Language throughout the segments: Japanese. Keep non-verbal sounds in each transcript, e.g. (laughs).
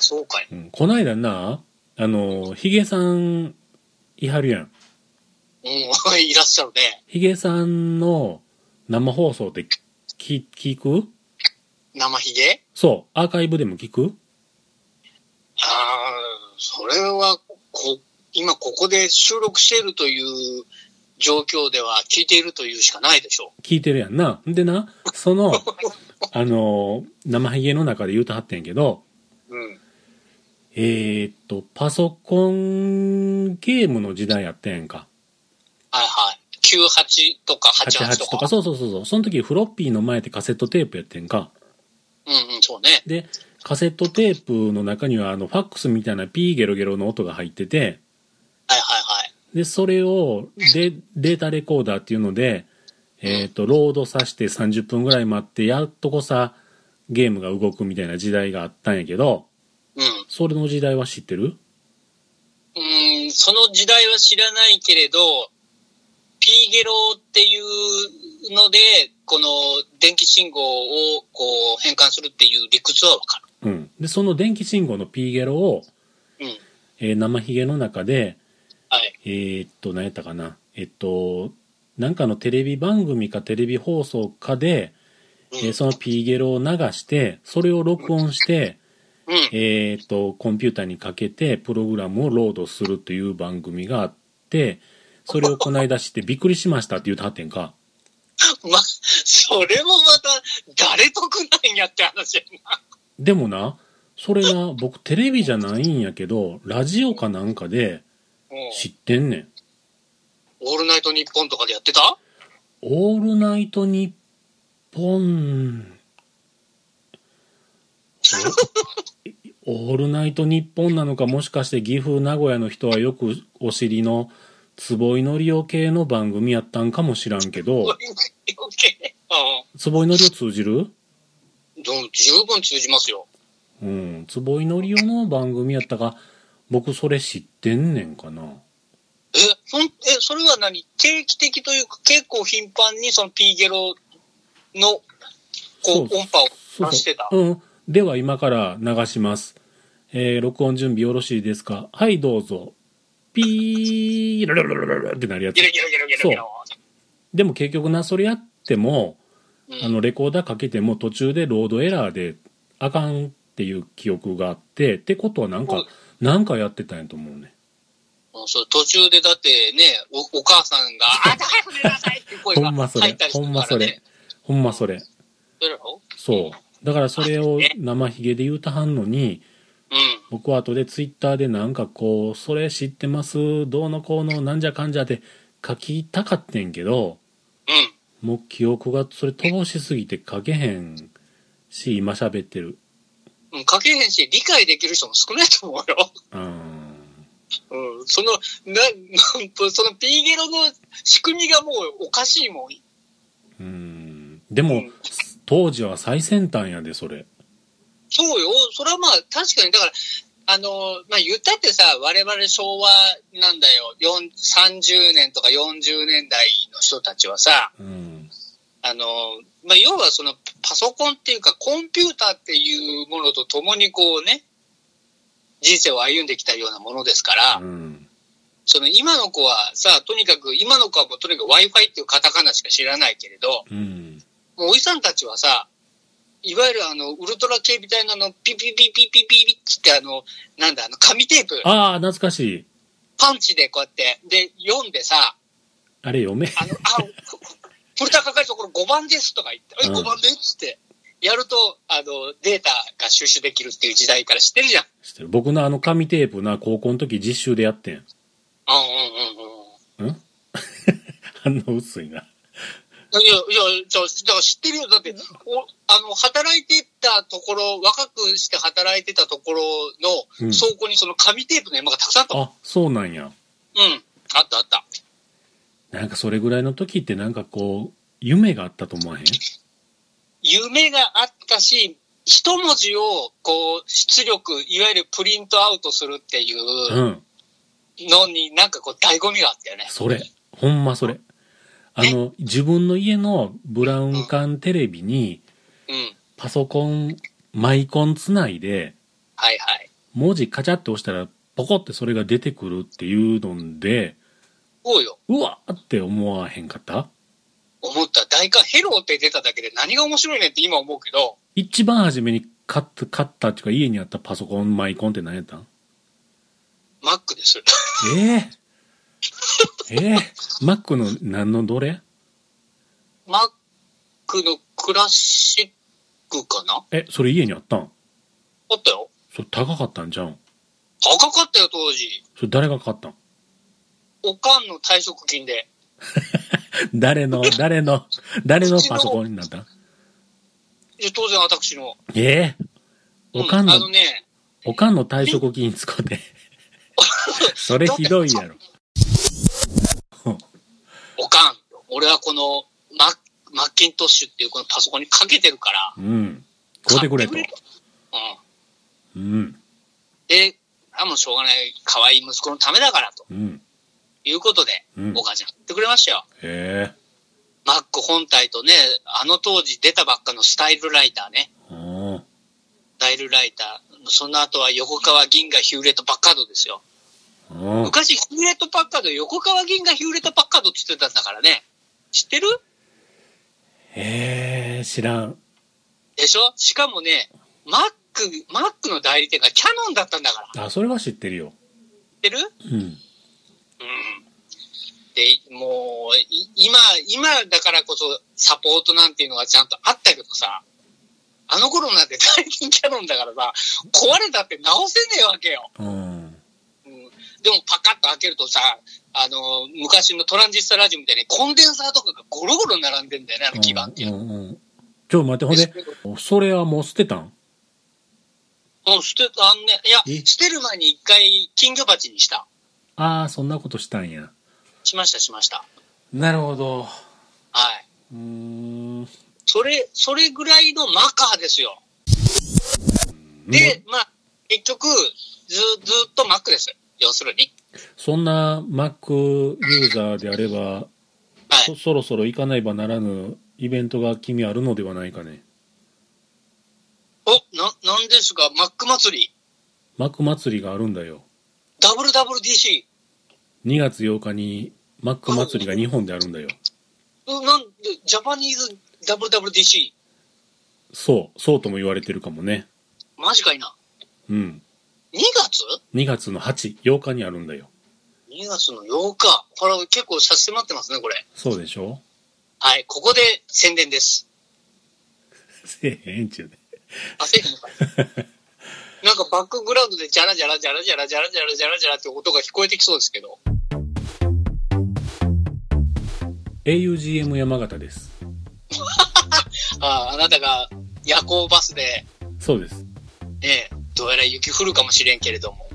そうかい。うん、こないだな、あの、ヒゲさん、いはるやん。うん、 (laughs) いらっしゃるね。ヒゲさんの生放送って聞、聞く生ひげそう、アーカイブでも聞くああ、それは、こ、今ここで収録しているという状況では聞いているというしかないでしょ聞いてるやんな。んでな、その、あの、生ヒゲの中で言うとはってんけど、う。うん。えーっと、パソコンゲームの時代やったやんか。はいはい。98とか88 88ととか。か、そうそうそうそう。その時フロッピーの前ってカセットテープやってんか。うんうん、そうね。で、カセットテープの中にはあの、ファックスみたいなピーゲロゲロの音が入ってて、はいはいはい。で、それをデデータレコーダーっていうので、えっ、と、ロードさして30分ぐらい待って、やっとこさ、ゲームが動くみたいな時代があったんやけど、うん。それの時代は知ってるうーん、その時代は知らないけれど、ピーゲロっていうので、この電気信号をこう変換するっていう理屈はわかうん。で、その電気信号のピーゲロを、る。うん。えー生ヒゲの中で、はい。えーっと、何やったかな。えっと、なんかのテレビ番組かテレビ放送かで、うん。えーそのピーゲロを流して、それを録音して、うん。えーっと、コンピューターにかけてプログラムをロードするという番組があって、それをこないだしてびっくりしましたって言うたはってんか。ま、それもまた、誰得なんやって話やな。でもな、それな、僕テレビじゃないんやけど、ラジオかなんかでうん知ってんねん。オールナイトニッポンとかでやってたオールナイトニッポン、 (laughs) オールナイトニッポンなのか、もしかして岐阜、名古屋の人はよくお尻の坪井のりお系の番組やったんかもしらんけ (laughs) ど、う坪井のりお通じるん。でも十分通じますよ。うん、坪井のりおの番組やったか、僕それ知ってんねんかな。え、そん、え、それは何定期的というか、結構頻繁にそのピーゲロの、そこうう、音波そを出してた。ううん。では今から流します。えー、録音準備よろしいですかはい、どうぞ。ピー、ラララララってなるやつゲ。ロゲロゲロゲロゲロ。でも結局な、それやっても、うんあの、レコーダーかけても途中でロードエラーであかんっていう記憶があって、ってことはなんうかん、なんかやってたんやと思うね。うんそう、途中でだってね、おお母さん (laughs) が、あ、早く寝なさいっていう声ほがんまそ入れった。りすほるんかまそらねれ。。ほんまそれ。それだろそう。だからそれを生ひげで言うたはんのに、うん。僕は後でツイッターでなんかこう、それ知ってます、どうのこうの、なんじゃかんじゃって書きたかってんけど、うん。もう記憶がそれ乏しすぎて書けへんし、今喋ってる。うん、書けへんし、理解できる人も少ないと思うよ。 (laughs) うーん。うん、その、な、 (laughs) なんと、そのピーゲロの仕組みがもうおかしいもん。うーん。でうもん、当時は最先端やで、それ。そうよ。それはまあ、確かに、だから、あの、まあ言ったってさ、我々昭和なんだよ。よん30年とか40年代の人たちはさ、うん。あの、まあ要はそのパソコンっていうかコンピューターっていうものと共にこうね、人生を歩んできたようなものですから、うん。その今の子はさ、とにかく、今の子はもうとにかく Wi-Fi っていうカタカナしか知らないけれど、うん。もうおじさんたちはさ、いわゆるあの、ウルトラ警備隊のあの、ピピピピピピピってあの、なんだ、あの、紙テープ、ああ、懐かしい。パンチでこうやって、で、読んでさ、あれ読め。あの、あ、フルター高いところ5番ですとか言って、え、うん5番でっつって、やると、あの、データが収集できるっていう時代から知ってるじゃん。してる僕のあの紙テープな、高校の時実習でやってん。うんうんうんうん。反応薄いな。いや、いや、じゃあだから知ってるよ。だって、おあの、働いてたところ、若くして働いてたところうのん倉庫にその紙テープの山がたくさんあった。あ、そうなんや。うん。あったあった。なんかそれぐらいの時ってなんかこう、夢があったと思わへん。夢があったし、一文字を、こう、出力、いわゆるプリントアウトするっていううんのに、なんかこう、醍醐味があったよね。それ。ほんまそれ。あの、自分の家のブラウン管テレビにうん。パソコン、マイコンつないで、はいはい。文字カチャって押したらポコってそれが出てくるっていうのでそうよ。うわーって思わへんかった思った。大化ヘローって出ただけで何が面白いねって今思うけど、一番初めに買った買ったっていうか家にあったパソコンマイコンって何やったんマックです。ええええマックの何のどれマックのクラシックかなえそれ家にあったんあったよ。それ高かったんじゃうん高かったよ、当時。それ誰が買ったんおかんの退職金で。誰の誰の誰のパソコンになったんで当然私の。ええおかんうのあのね、おかんの退職金使って。 (laughs) それひどいやろ。おかん。俺はこのマッマッキントッシュっていうこのパソコンにかけてるから。うん。買うてくれと買。ってうん。うん。で、あ、もうしょうがない。可愛い息子のためだからとうん。いうことで、うんお母ちゃん買ってくれましたよ。へえ。マック本体とね、あの当時出たばっかのスタイルライターね。おーダイルライター、その後は横川銀河ヒューレット・パッカードですよ。おー昔ヒューレット・パッカード、横川銀河ヒューレット・パッカードって言ってたんだからね。知ってるへえ、知らん。でしょしかもね、マック、マックの代理店がキャノンだったんだから。あ、それは知ってるよ。知ってるうん。うん。で、もう、い今、今だからこそサポートなんていうのがちゃんとあったけどさ、あの頃なんて代理店キャノンだからさ、壊れたって直せねえわけよ。うん。うんでもパカッと開けるとさ、あの、昔のトランジスタラジオみたいにコンデンサーとかがゴロゴロ並んでんだよね、あの基板っていううの。んうん。ちょ、待って、ほんで、それはもう捨てたんうん、捨て、あんね、いえや、捨てる前に一回金魚鉢にした。ああ、そんなことしたんや。しました、しました。なるほど。はい。うーん。それ、それぐらいのマカーですよ。で、まあ、結局、ず、ずっとマックです。要するに。そんな Mac ユーザーであれば、はそい。そろそろ行かないばならぬイベントが君あるのではないかね。お、な、なんですが、マック祭り、 Mac 祭りがあるんだよ。 WWDC。 2月8日に Mac 祭りが日本であるんだよ。うなんで、ジャパニーズ WWDC。そう、そうとも言われてるかもね。マジかいな。うん。 2月2月の8、8日にあるんだよ。 2月の8日。これ結構差し迫ってますね、これ。そうでしょはい、ここで宣伝です。せえへんちゅうね。焦るのか (laughs) いなんかバックグラウンドでジャラジャラジャラジャラジャラジャラジャラジャラって音が聞こえてきそうですけど。 augm 山形です。ああ、あなたが夜行バスで、そうです。ね、どうやら雪降るかもしれんけれども、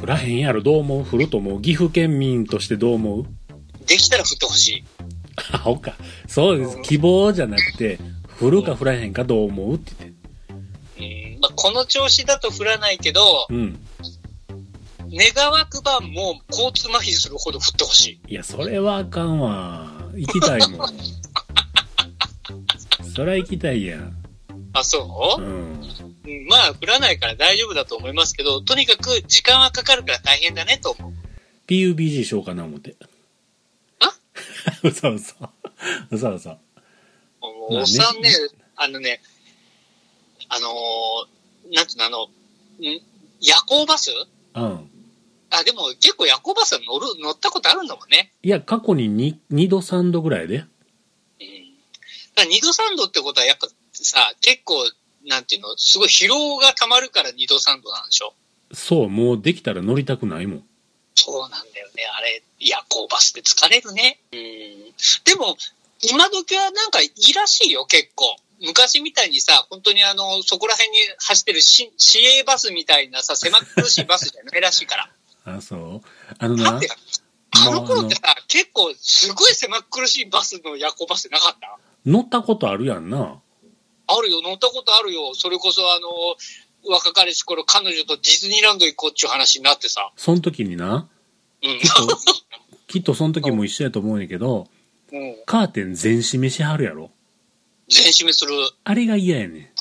降らへんやろ、どう思う降ると思う岐阜県民としてどう思うできたら降ってほしい。あ、ほか。そうです。希望じゃなくて、降るか降らへんかどう思うって言っうて。んまあ、この調子だと降らないけど、うん。願わくばもう交通麻痺するほど降ってほしい。いや、それはあかんわ。行きたいもん。そりゃ行きたいやん。。あ、そううんうんまあ降らないから大丈夫だと思いますけど、とにかく時間はかかるから大変だねと思う。 PUBG しようかな思って。あ (laughs) 嘘嘘。嘘嘘。もうおっさんね、あのね、あのーなんていうの、あの、ん夜行バスうん。あ、でも結構夜行バスは乗る、乗ったことあるんだもんね。いや、過去にに2度3度ぐらいで。うん。だから二度三度ってことはやっぱさ、結構、なんていうの、すごい疲労が溜まるから二度三度なんでしょそう、もうできたら乗りたくないもん。そうなんだよね。あれ、夜行バスって疲れるね。うん。でも、今時はなんかいいらしいよ、結構。昔みたいにさ、本当にあの、そこら辺に走ってるし市営バスみたいなさ、狭苦しいバスじゃないらしいから。あ、そう。あのだなって、、まああの頃ってさ、結構すごい狭苦しいバスの夜行バスってなかった乗ったことあるやんな。あるよ、乗ったことあるよ。それこそあの、若かりし頃彼女とディズニーランド行こうっちゅう話になってさ。その時にな、うんきっ。 (laughs) と、きっとその時も一緒やと思うんやけど、うん。カーテン全閉めしはるやろ。全締めする。あれが嫌やね